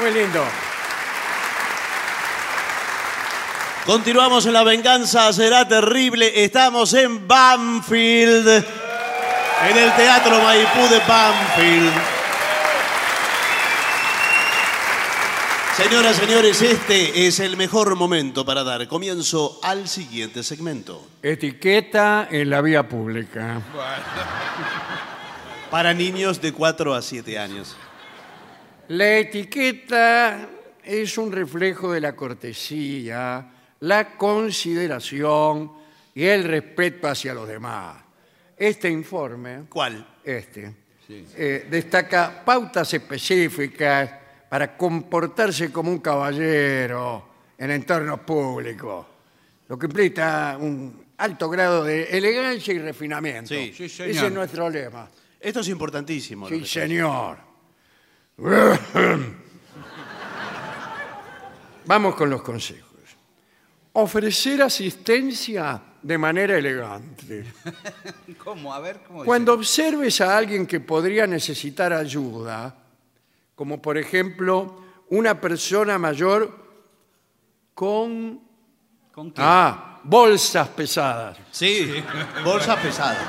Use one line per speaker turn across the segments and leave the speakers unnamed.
Muy lindo.
Continuamos en La Venganza Será Terrible. Estamos en Banfield, en el Teatro Maipú de Banfield. Señoras, señores, este es el mejor momento para dar comienzo al siguiente segmento.
Etiqueta en la vía pública.
Para niños de 4 a 7 años.
La etiqueta es un reflejo de la cortesía, la consideración y el respeto hacia los demás. Este informe,
¿Cuál?
este, eh, destaca pautas específicas para comportarse como un caballero en entornos públicos, lo que implica un alto grado de elegancia y refinamiento.
Sí. Sí,
señor.
Ese es nuestro lema.
Esto es importantísimo. lo
Sí,
que-
señor. Vamos con los consejos. Ofrecer asistencia de manera elegante.
¿Cómo? A ver, ¿cómo dice?
Cuando observes a alguien que podría necesitar ayuda, como por ejemplo una persona mayor con
¿Con qué?
ah, bolsas pesadas,
Sí, bolsas pesadas.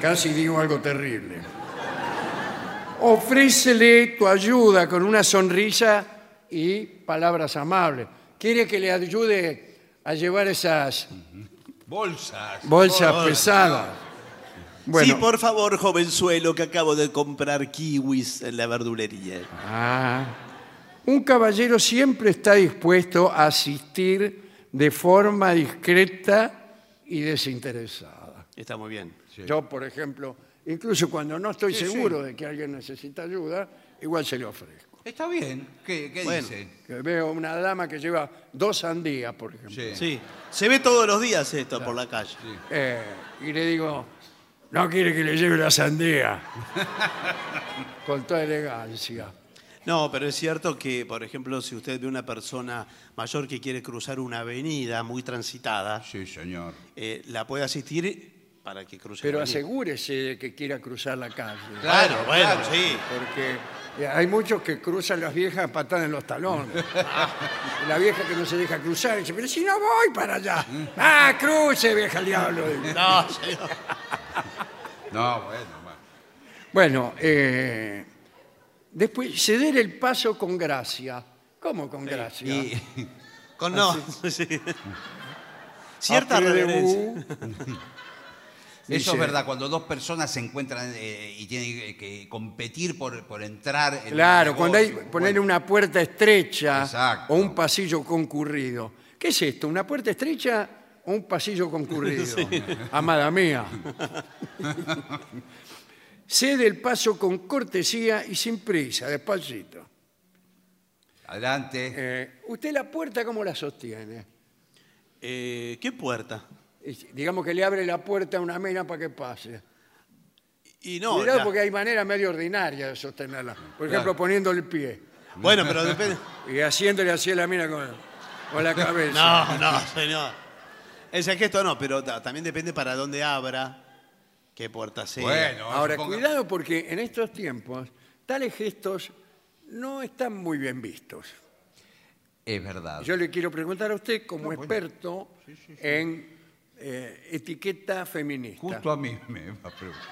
casi digo algo terrible. Ofrécele tu ayuda con una sonrisa y palabras amables. ¿Quiere que le ayude a llevar esas
Bolsas.
bolsas pesadas?
Sí, por favor, jovenzuelo, que acabo de comprar kiwis en la verdulería.
Ah. Un caballero siempre está dispuesto a asistir de forma discreta y desinteresada.
Está muy bien.
Yo, por ejemplo, incluso cuando no estoy seguro de que alguien necesita ayuda, igual se le ofrezco.
Está bien. ¿Qué, qué
Bueno.
dice?
Que veo una dama que lleva dos sandías, por ejemplo,
Sí.
Sí. Se ve todos los días esto por la calle.
eh, y le digo, no quiere que le lleve la sandía, con toda elegancia.
No, pero es cierto que, por ejemplo, si usted ve una persona mayor que quiere cruzar una avenida muy transitada,
Sí, señor.
eh, la puede asistir para que cruce.
Pero
la avenida.
asegúrese de que quiera cruzar la calle.
Claro,
Claro,
bueno,
claro.
sí.
Porque eh, hay muchos que cruzan las viejas patadas en los talones. Y la vieja que no se deja cruzar dice, pero si no voy para allá. Ah, cruce, vieja al diablo.
No, señor.
No, bueno. va.
Bueno, eh, después ceder el paso con gracia. ¿Cómo con gracia?
Y- con no. sí. Cierta
Après de
reverencia.
vous. Dice-
Eso es verdad, cuando dos personas se encuentran eh, y tienen que competir por, por entrar en
Claro,
un
cuando hay
negocio,
poner
bueno.
una puerta estrecha
Exacto.
o un pasillo concurrido. ¿Qué es esto? ¿Una puerta estrecha o un pasillo concurrido? Amada mía. Cede el paso con cortesía y sin prisa, despacito.
Adelante.
Eh, ¿Usted la puerta cómo la sostiene?
Eh, ¿Qué puerta?
Es- Digamos que le abre la puerta a una mina para que pase.
Y no.
Cuidado
la-
porque hay maneras medio ordinarias de sostenerla. Por ejemplo, poniendo el pie
Bueno, pero depende.
y haciéndole así a la mina con, con la cabeza.
No, no, señor. Ese gesto no, pero ta- también depende para dónde abra, qué puerta sea.
bueno,
Ahora,
suponga-
cuidado porque en estos tiempos tales gestos no están muy bien vistos.
Es verdad.
Yo le quiero preguntar a usted como experto en eh, etiqueta feminista.
Justo a mí me va a preguntar.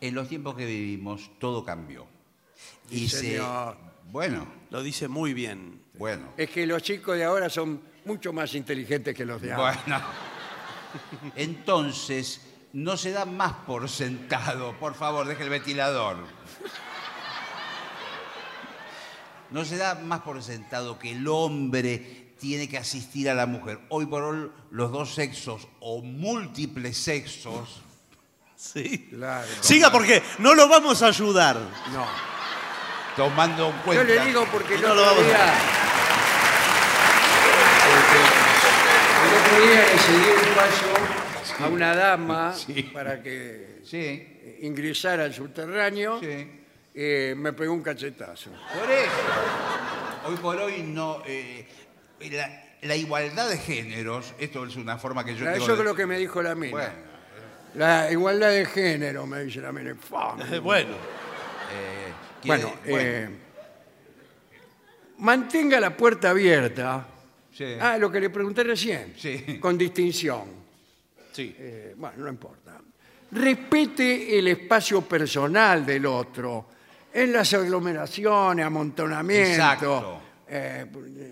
En los tiempos que vivimos, todo cambió.
Sí, señor.
Bueno,
Lo dice muy bien.
bueno.
Es que los chicos de ahora son mucho más inteligentes que los de ahora.
Bueno. Entonces, no se da más por sentado. Por favor, deje el ventilador. No se da más por sentado que el hombre tiene que asistir a la mujer. Hoy por hoy, los dos sexos o múltiples sexos.
Sí.
Claro.
Siga porque no lo vamos a ayudar.
No.
Tomando en
Yo
cuenta.
le digo porque el
No
otro
lo vamos a-
día. El otro día le cedí el paso a una dama para que
Sí,
ingresar al subterráneo,
Sí.
eh, me pegó un cachetazo.
por eso. Hoy por hoy no. eh, la, la igualdad de géneros, esto es una forma que yo
Eso
tengo
es
de-
lo que me dijo la mina.
Bueno,
La igualdad de género, me dice la mina. Fua,
Eh, Bueno,
eh, quiere-
Bueno,
bueno,
eh, mantenga la puerta abierta.
sí.
Ah, lo que le pregunté recién.
Sí.
Con distinción.
Sí.
Eh, bueno, no importa. Respete el espacio personal del otro. En las aglomeraciones, amontonamientos,
Exacto.
eh,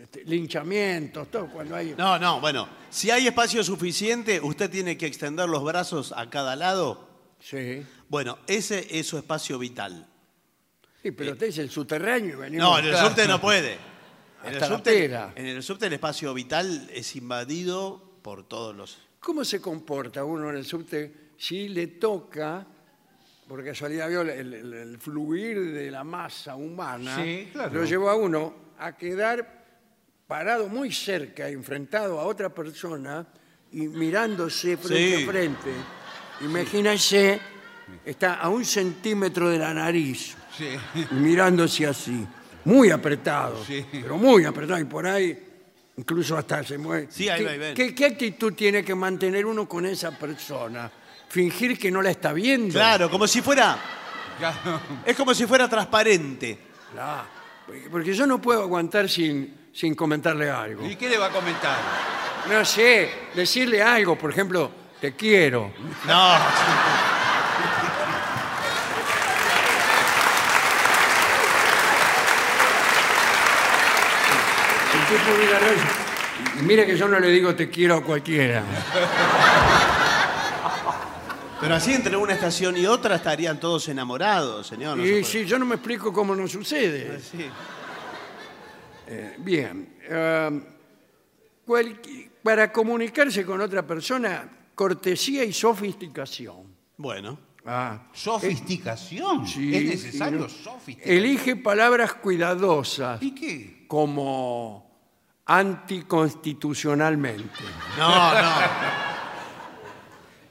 este, linchamientos, todo cuando hay...
No, no, bueno. Si hay espacio suficiente, usted tiene que extender los brazos a cada lado.
Sí.
Bueno, ese es su espacio vital.
Sí, pero usted es el subterráneo y
Eh, No,
venimos...
en el
claro.
subte no puede. En el
Hasta la
subte,
pera.
en el subte el espacio vital es invadido por todos los...
¿Cómo se comporta uno en el subte si le toca, por casualidad vio el, el- el fluir de la masa humana,
Sí, claro.
lo llevó a uno a quedar parado muy cerca, enfrentado a otra persona y mirándose frente
Sí.
a frente? Imagínese, está a un centímetro de la nariz
sí.
y mirándose así, muy apretado,
Sí.
pero muy apretado y por ahí incluso hasta se mueve.
Sí, ahí
¿Qué-
va y ven.
qué, qué actitud tiene que mantener uno con esa persona? Fingir que no la está viendo.
Claro, como si fuera...
Claro.
Es como si fuera transparente.
Ah, porque- porque yo no puedo aguantar sin, sin comentarle algo.
¿Y qué le va a comentar?
No sé, decirle algo, por ejemplo, te quiero.
No.
Si usted pudiera ver- y mire que yo no le digo te quiero a cualquiera.
Pero así entre una estación y otra estarían todos enamorados, señor. no se
Y
puede.
si yo no me explico cómo no sucede.
Sí.
Bien. eh, cualqui- para comunicarse con otra persona, cortesía y sofisticación.
Bueno.
Ah,
Sofisticación.
Eh, sí,
es necesario
sí, ¿no?
sofisticar.
Elige palabras cuidadosas
¿Y qué?
como anticonstitucionalmente.
No, no.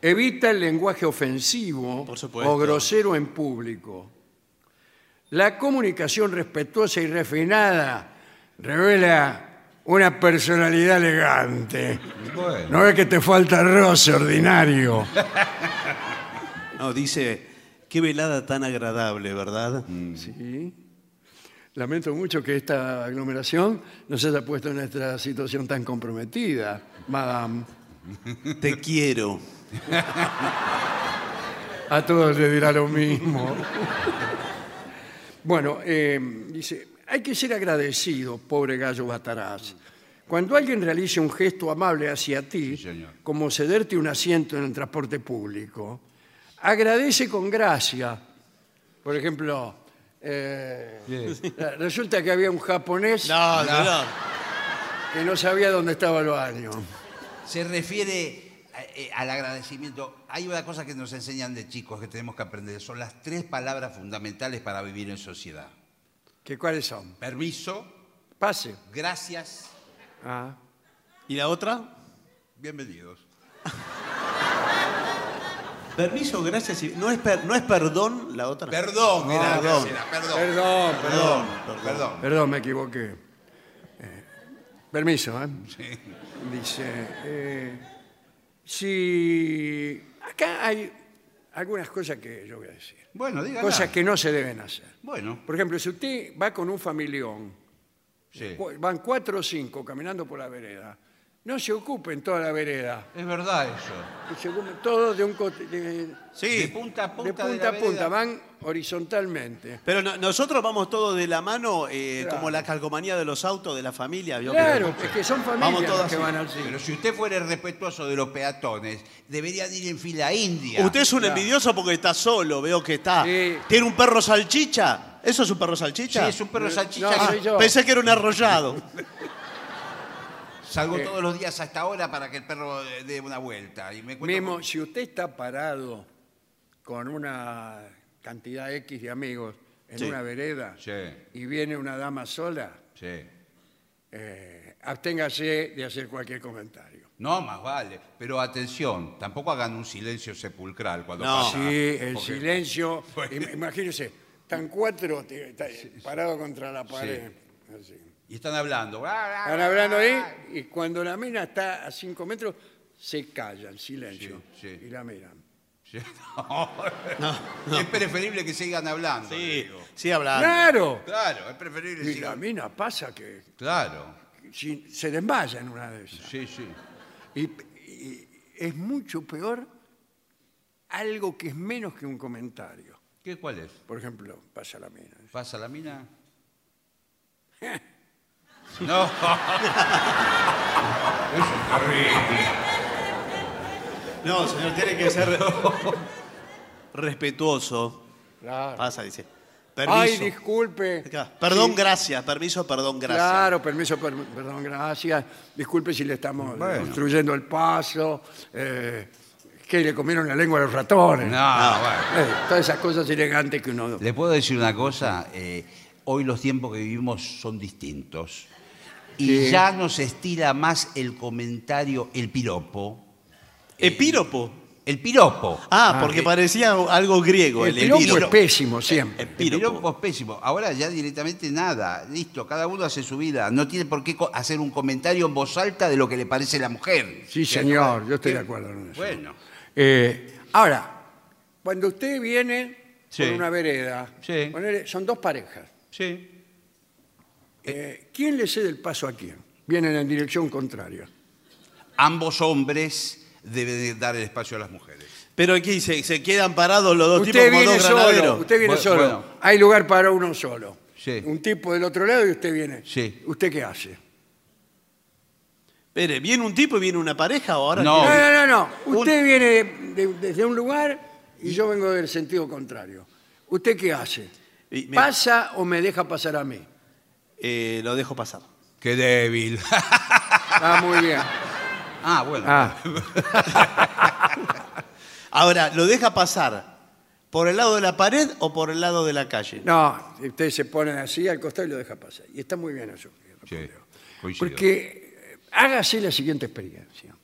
Evita el lenguaje ofensivo
Por supuesto.
o grosero en público. La comunicación respetuosa y refinada revela una personalidad elegante.
Bueno.
No es que te falta roce ordinario.
No, dice, qué velada tan agradable, ¿verdad?
Mm. Sí. Lamento mucho que esta aglomeración nos haya puesto en esta situación tan comprometida, madame.
Te quiero.
A todos le dirá lo mismo. bueno, eh, dice, hay que ser agradecido, pobre gallo Bataraz. Cuando alguien realice un gesto amable hacia ti,
Sí, señor.
como cederte un asiento en el transporte público, agradece con gracia. Por ejemplo, eh,
Sí.
resulta que había un japonés
No,
No.
no.
que no sabía dónde estaba el baño.
Se refiere a- eh, al agradecimiento. Hay una cosa que nos enseñan de chicos que tenemos que aprender. Son las tres palabras fundamentales para vivir en sociedad.
¿Qué cuáles son?
Permiso,
Pase.
gracias,
Ah.
¿Y la otra?
bienvenidos.
Permiso, gracias. y- ¿No es, per- ¿No es perdón la otra?
Perdón, era-
perdón.
era- perdón.
Ah, Perdón,
Perdón,
Perdón,
perdón.
Perdón, me equivoqué. Eh, permiso, ¿eh? Dice, eh, si acá hay algunas cosas que yo voy a decir,
Bueno, diga.
cosas que no se deben hacer.
Bueno,
Por ejemplo, si usted va con un familión,
sí.
cu- van cuatro o cinco caminando por la vereda, no se ocupen toda la vereda,
Es verdad eso.
que se ocupen todos de un cote- de, de
De
Sí,
punta a punta.
punta
de la
a punta,
vereda.
van horizontalmente.
pero no- nosotros vamos todos de la mano, eh,
Claro.
como la calcomanía de los autos de la familia. ¿vio?
Claro, es que son
Vamos
familias
todos
las que
así.
van al cine.
Pero si usted fuera respetuoso de los peatones, deberían ir en fila india.
Usted es un
Claro.
envidioso porque está solo, veo que está.
Sí.
¿Tiene un perro salchicha? ¿Eso es un perro
Sí,
salchicha?
es un perro salchicha.
No,
que-
soy yo.
Pensé que era un arrollado.
Eh.
Salgo todos los días hasta ahora para que el perro eh, dé una vuelta. Y me encuentro
Memo,
con-
si usted está parado con una cantidad X de amigos en
Sí.
una vereda
Sí.
y viene una dama sola,
Sí.
eh, absténgase de hacer cualquier comentario.
No, más vale. Pero atención, tampoco hagan un silencio sepulcral cuando
No.
pasa.
Sí, el
Porque-
silencio.
Ah, Bueno.
im- Imagínese, están cuatro t- t- parados contra la pared. así.
Y están hablando.
Están hablando ahí y cuando la mina está a cinco metros, se calla el silencio
Sí, sí.
y la miran.
No. Es preferible que sigan hablando. le
Sí,
digo.
sí hablando.
Claro.
Claro, es preferible
Y la
sigan.
mina pasa que
Claro.
si- se desmaya en una de esas.
Sí, sí.
Y, y es mucho peor algo que es menos que un comentario.
¿Qué cuál es?
Por ejemplo, pasa la mina.
¿Pasa la mina? No. Eso es terrible.
No, señor, tiene que ser respetuoso. Pasa, dice. Ah, Permiso.
Ay, disculpe.
Acá. Perdón,
Sí,
gracias. Permiso, perdón, gracias.
Claro, permiso, per- perdón, gracias. Disculpe si le estamos eh,
Bueno.
obstruyendo el paso. eh, que le comieron la lengua a los ratones.
No, bueno.
Eh, todas esas cosas elegantes que uno...
Le puedo decir una cosa. Eh, hoy los tiempos que vivimos son distintos. Y
Sí.
ya nos estira más el comentario, el piropo.
Epíropo.
El piropo.
Ah, porque parecía algo griego.
eh, El
El, Eh,
piropo es
epíropo.
pésimo siempre.
El piropo
Epíropo.
es pésimo. Ahora ya directamente nada. Listo, cada uno hace su vida. No tiene por qué co- hacer un comentario en voz alta de lo que le parece la mujer.
Sí, señor, yo estoy de acuerdo con eso.
Bueno.
Eh, ahora, cuando usted viene
Sí.
por una vereda,
Sí.
ponele- son dos parejas.
Sí.
Eh, ¿Quién le cede el paso a quién? Vienen en dirección contraria.
ambos hombres deben dar el espacio a las mujeres.
Pero aquí se, se quedan parados los dos tipos
Usted
como
viene
dos
solo,
granaderos.
usted viene
Bueno,
solo.
bueno.
Hay lugar para uno solo.
Sí.
Un tipo del otro lado y usted viene.
Sí.
¿Usted qué hace?
Espere, ¿viene un tipo y viene una pareja o ahora?
No.
No,
quién?
no, no, no. Usted viene de- de- desde un lugar y yo vengo del sentido contrario. ¿Usted qué hace?
Y me-
¿Pasa o me deja pasar a mí?
Eh, lo dejo pasar.
Qué débil.
Ah, muy bien.
ah, bueno.
Ah,
Ahora, ¿lo deja pasar por el lado de la pared o por el lado de la calle?
no, usted se pone así al costado y lo deja pasar. Y está muy bien eso. que
Sí,
respondió.
coincido.
Porque eh, hágase la siguiente experiencia.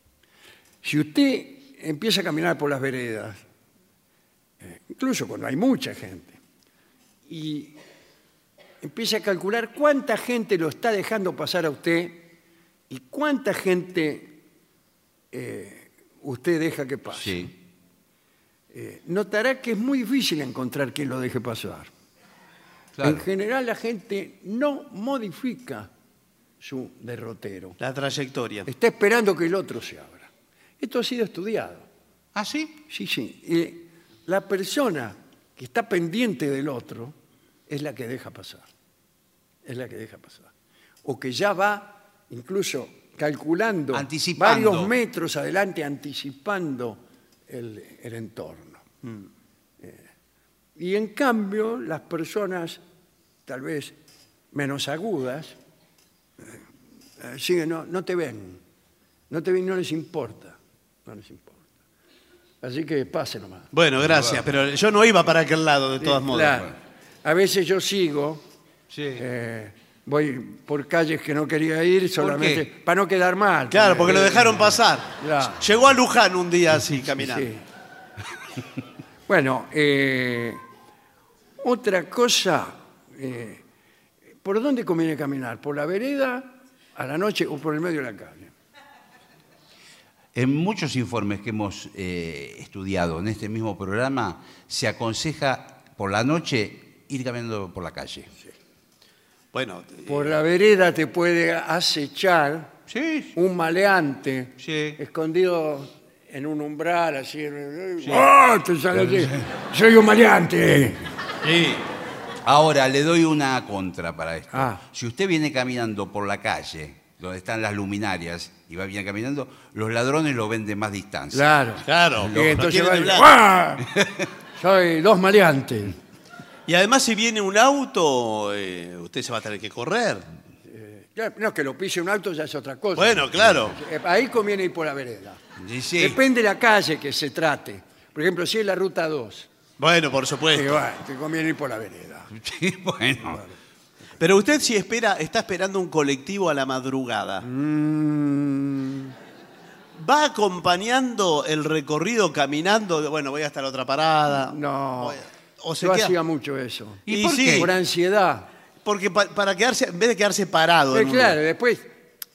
Si usted empieza a caminar por las veredas, eh, incluso cuando hay mucha gente, y empieza a calcular cuánta gente lo está dejando pasar a usted y cuánta gente eh, usted deja que pase.
Sí.
notará que es muy difícil encontrar quien lo deje pasar. En
Claro.
general la gente no modifica su derrotero.
La trayectoria.
Está esperando que el otro se abra. Esto ha sido estudiado.
¿Ah, sí?
Sí, sí. Y la persona que está pendiente del otro es la que deja pasar. Es la que deja pasar. O que ya va incluso calculando
Anticipando.
varios metros adelante, anticipando el, el entorno. Eh, y en cambio, las personas tal vez menos agudas, eh, eh, siguen, no, no te ven, no te ven, no les importa, no les importa. Así que pase nomás.
Bueno, gracias, pero yo no iba para aquel lado, de todas modas.
Claro. A veces yo sigo,
Sí.
eh, voy por calles que no quería ir solamente
qué?
para no quedar mal.
Claro, porque lo dejaron pasar.
Eh, Claro.
Llegó a Luján un día así, caminando.
Sí. bueno, eh, otra cosa, eh, ¿por dónde conviene caminar? ¿Por la vereda, a la noche o por el medio de la calle?
En muchos informes que hemos eh, estudiado en este mismo programa, se aconseja por la noche ir caminando por la calle.
Bueno,
Por la vereda te puede acechar
Sí.
un maleante
Sí.
escondido en un umbral, así. ¡Oh! Te sale así. ¡Soy un maleante!
sí.
Ahora, le doy una contra para esto.
Ah.
Si usted viene caminando por la calle, donde están las luminarias, y va bien caminando, los ladrones lo ven de más distancia.
Claro.
Claro.
Y
lo- lo
entonces
quieren
va y-
doblar.
¡Ah! Soy dos maleantes.
Y además, si viene un auto, eh, usted se va a tener que correr.
Ya, No, que lo pise un auto ya es otra cosa.
Bueno, claro.
Eh, Ahí conviene ir por la vereda.
Y sí.
Depende de la calle que se trate. Por ejemplo, si es la ruta 2,
Bueno, por
eh,
supuesto.
bueno, te conviene ir por la vereda.
Sí, bueno.
Pero usted si espera, está esperando un colectivo a la madrugada.
Mm,
¿Va acompañando el recorrido caminando? de, Bueno, voy hasta la otra parada.
No.
Voy- O se
Yo
queda-
hacía mucho eso.
Y,
¿Y por
sí,
qué?
Por ansiedad.
porque pa- para quedarse, en vez de quedarse parado.
Eh,
en un
claro,
lugar.
después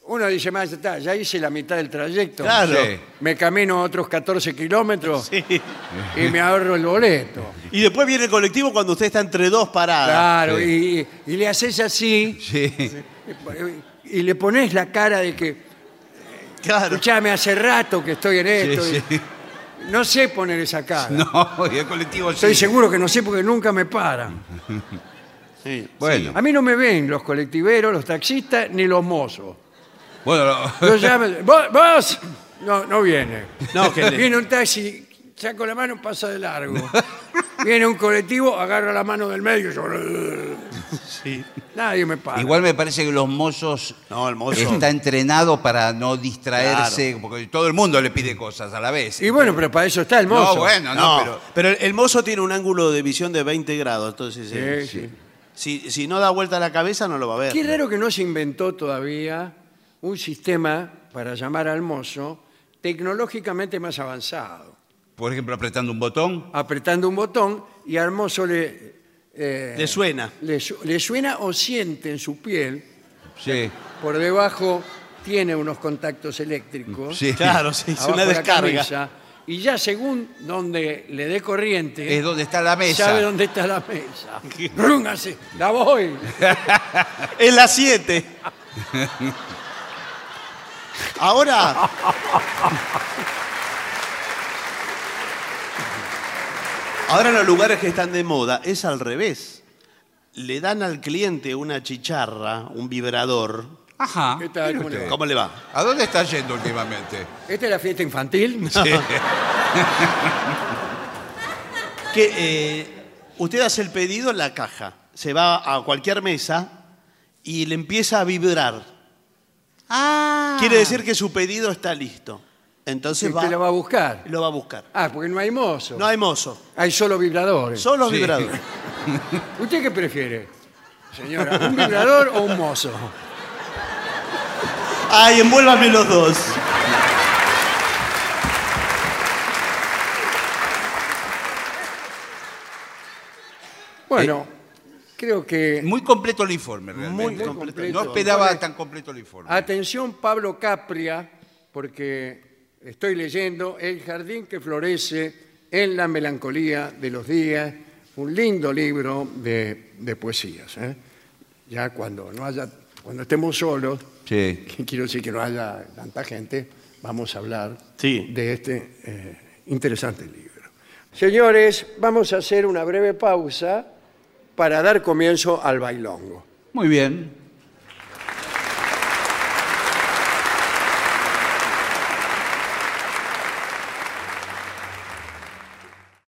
Uno dice, más, ya, está, ya hice la mitad del trayecto.
Claro.
Sí.
Me camino otros 14 kilómetros
Sí.
y me ahorro el boleto.
Y después viene el colectivo cuando usted está entre dos paradas.
Claro,
Ah, sí.
y, y le haces así
Sí.
y le pones la cara de que,
Claro.
escuchame, hace rato que estoy en esto.
Sí, sí.
No sé poner esa cara.
No, y el colectivo
Estoy
sí.
seguro que no sé porque nunca me paran.
Sí.
Bueno,
A mí no me ven los colectiveros, los taxistas ni los mozos.
bueno, lo-
Yo ya me- ¿Vos? vos? No, no viene.
No, que le-
Viene un taxi, saco la mano, pasa de largo. Viene un colectivo, agarro la mano del medio. Yo...
Sí.
Nadie me para.
igual me parece que los mozos
No, el mozo.
está entrenado para no distraerse, porque todo el mundo le pide cosas a la vez.
Y bueno, pero para eso está el mozo.
no, bueno, no,
No,
pero
pero... el- el mozo tiene un ángulo de visión de 20 grados, entonces eh,
Sí, sí.
Si, si no da vuelta la cabeza no lo va a ver.
Qué raro que no se inventó todavía un sistema para llamar al mozo tecnológicamente más avanzado.
por ejemplo, apretando un botón.
Apretando un botón y al mozo le... eh,
Le suena.
le su- le suena o siente en su piel
Sí,
por debajo tiene unos contactos eléctricos.
sí.
Claro, sí, es
abajo
una
de la
descarga.
camisa, y ya según donde le dé corriente,
Es donde está la mesa.
sabe dónde está la mesa. Brum, así, la voy.
Es la 7. Ahora. Ahora los lugares que están de moda es al revés. Le dan al cliente una chicharra, un vibrador.
Ajá.
¿Qué tal?
mire
¿Cómo le
usted.
va?
¿Cómo le va?
¿A dónde está yendo últimamente?
¿Esta es la fiesta infantil?
Que eh, usted hace el pedido en la caja, se va a cualquier mesa y le empieza a vibrar.
Ah.
Quiere decir que su pedido está listo. Entonces
¿Usted
va,
la va a buscar?
lo va a buscar.
Ah, porque no hay mozo.
No hay mozo.
Hay solo vibradores.
Solo
Sí.
vibradores.
¿Usted qué prefiere? Señora, ¿un vibrador o un mozo?
Ay, envuélvame los dos.
Bueno, creo que
Muy completo el informe, realmente.
Muy
Eh, completo. Ah,
completo.
No esperaba tan completo el informe.
Atención Pablo Capria, porque estoy leyendo El jardín que florece en la melancolía de los días, un lindo libro de, de poesías. ¿eh? Ya cuando no haya, cuando estemos solos,
Sí.
que quiero decir que no haya tanta gente, vamos a hablar
Sí.
de este eh, interesante libro. Señores, vamos a hacer una breve pausa para dar comienzo al bailongo.
Muy bien.